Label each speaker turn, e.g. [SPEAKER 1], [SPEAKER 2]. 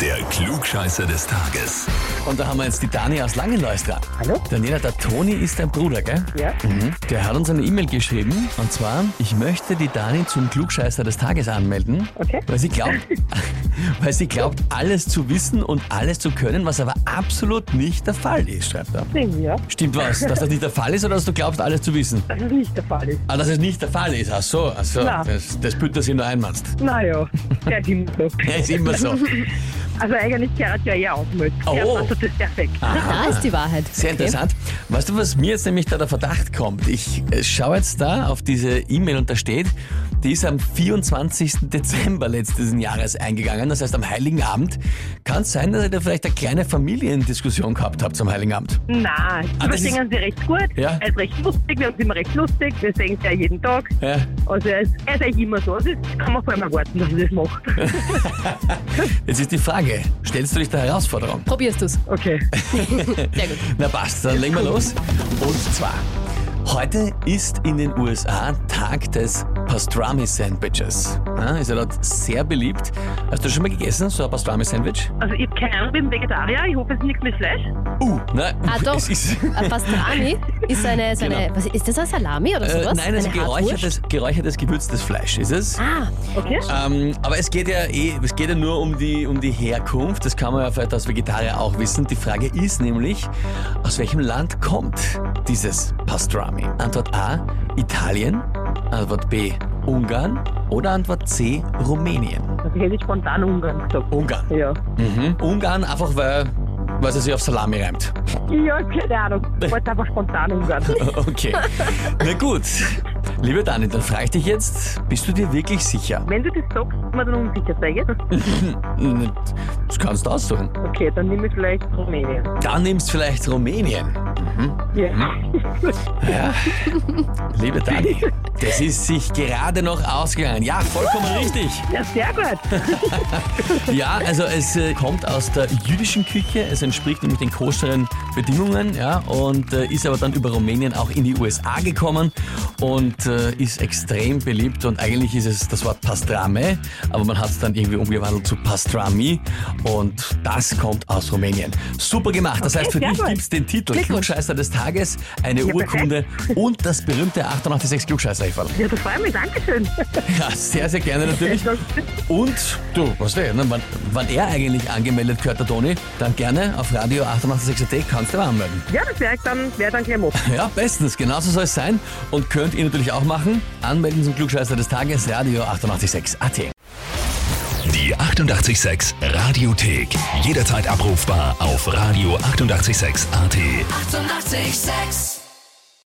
[SPEAKER 1] Der Klugscheißer des Tages.
[SPEAKER 2] Und da haben wir jetzt die Dani aus Langenlois dran.
[SPEAKER 3] Hallo?
[SPEAKER 2] Daniela, der Toni ist dein Bruder, gell?
[SPEAKER 3] Ja?
[SPEAKER 2] Mhm. Der hat uns eine E-Mail geschrieben und zwar, ich möchte die Dani zum Klugscheißer des Tages anmelden,
[SPEAKER 3] Okay.
[SPEAKER 2] weil sie glaubt, weil sie glaubt, alles zu wissen und alles zu können, was aber absolut nicht der Fall ist, schreibt er.
[SPEAKER 3] Sehen wir,
[SPEAKER 2] Stimmt was? Dass das nicht der Fall ist oder dass du glaubst, alles zu wissen?
[SPEAKER 3] dass es nicht der Fall ist.
[SPEAKER 2] Ah, dass es nicht der Fall ist. Ach so, ach so.
[SPEAKER 3] Na.
[SPEAKER 2] Das, das büht das nur einmannst.
[SPEAKER 3] Naja, der ist immer so.
[SPEAKER 2] Ja, ist immer so.
[SPEAKER 3] Also eigentlich gehört ja eher auf mit. Ja,
[SPEAKER 2] Oh.
[SPEAKER 3] also das ist perfekt.
[SPEAKER 4] Da ist die Wahrheit.
[SPEAKER 2] Sehr interessant. Weißt du, was mir jetzt nämlich da der Verdacht kommt? Ich äh, schaue jetzt da auf diese E-Mail und da steht, die ist am 24. Dezember letzten Jahres eingegangen, das heißt am Heiligen Abend. Kann es sein, dass ihr da vielleicht eine kleine Familiendiskussion gehabt habt zum Heiligen Abend?
[SPEAKER 3] Nein,
[SPEAKER 2] Ah,
[SPEAKER 3] wir
[SPEAKER 2] das
[SPEAKER 3] verstehen sie recht gut.
[SPEAKER 2] Ja.
[SPEAKER 3] Er ist recht lustig, wir haben immer recht lustig. Wir sehen sie ja jeden Tag.
[SPEAKER 2] Ja.
[SPEAKER 3] Also er ist, er ist eigentlich immer so. Also das kann man vor allem erwarten, dass er das macht.
[SPEAKER 2] Jetzt ist die Frage, stellst du dich der Herausforderung?
[SPEAKER 4] Probierst du's.
[SPEAKER 3] Okay.
[SPEAKER 4] Sehr gut.
[SPEAKER 2] Na passt, dann legen wir los. Und zwar, heute ist in den USA Tag des Pastrami-Sandwiches. Ja, ist ja dort sehr beliebt. Hast du schon mal gegessen, so ein Pastrami-Sandwich?
[SPEAKER 3] Also ich habe keine Ahnung, ich bin Vegetarier. Ich hoffe, es ist nichts mit Fleisch.
[SPEAKER 2] Uh, nein,
[SPEAKER 4] Ah doch,
[SPEAKER 2] es ist... Genau.
[SPEAKER 4] ein Pastrami ist eine, so eine was, ist das ein Salami oder
[SPEAKER 2] Äh,
[SPEAKER 4] sowas?
[SPEAKER 2] nein, es ist
[SPEAKER 4] eine Hartwurst?
[SPEAKER 2] geräuchertes, geräuchertes, gewürztes Fleisch, ist es?
[SPEAKER 4] Ah,
[SPEAKER 3] Okay?
[SPEAKER 2] Ähm, aber es geht ja eh, es geht ja nur um die, um die Herkunft. Das kann man ja vielleicht als Vegetarier auch wissen. Die Frage ist nämlich, aus welchem Land kommt dieses Pastrami? Antwort A, Italien. Antwort B, Ungarn. Oder Antwort C, Rumänien.
[SPEAKER 3] Also ich hätte spontan Ungarn gesagt.
[SPEAKER 2] Ungarn.
[SPEAKER 3] Ja.
[SPEAKER 2] Mhm. Ungarn einfach, weil, weil es sich auf Salami reimt.
[SPEAKER 3] Ja, keine Ahnung. Ich wollte einfach spontan Ungarn.
[SPEAKER 2] Okay. Na gut. Liebe Dani, dann frage ich dich jetzt, bist du dir wirklich sicher?
[SPEAKER 3] Wenn du das sagst, ist man dann unsicher, sei ich.
[SPEAKER 2] Das kannst du aussuchen.
[SPEAKER 3] Okay, dann nehme ich vielleicht Rumänien.
[SPEAKER 2] Dann nimmst vielleicht Rumänien.
[SPEAKER 3] Ja.
[SPEAKER 2] Ja, liebe Dani, das ist sich gerade noch ausgegangen. Ja, vollkommen richtig.
[SPEAKER 3] ja, sehr gut.
[SPEAKER 2] Ja, also es äh, kommt aus der jüdischen Küche, es entspricht nämlich den koscheren Bedingungen, ja, und äh, ist aber dann über Rumänien auch in die USA gekommen und äh, ist extrem beliebt und eigentlich ist es das Wort Pastrame, aber man hat es dann irgendwie umgewandelt zu Pastrami und das kommt aus Rumänien. Super gemacht, das heißt für
[SPEAKER 3] sehr
[SPEAKER 2] dich
[SPEAKER 3] gut.
[SPEAKER 2] gibt's den Titel Klugscheißer des Tages, eine Urkunde und das berühmte 886 klugscheißer -Eferl.
[SPEAKER 3] Ja, da freue ich mich. Dankeschön.
[SPEAKER 2] Ja, sehr, sehr gerne natürlich. Und du, was weißt du, ne, wann, wann er eigentlich angemeldet gehört, der Toni, dann gerne auf Radio 886.at kannst du mal anmelden.
[SPEAKER 3] Ja, das wäre dann, wär dann gleich mal.
[SPEAKER 2] Ja, bestens, genauso soll es sein. Und könnt ihr natürlich auch machen. Anmelden zum Klugscheißer des Tages, Radio 886.at.
[SPEAKER 1] Die 88,6 Radiothek. Jederzeit abrufbar auf radio886.at. 88,6.
[SPEAKER 4] Eighty-eight, sex.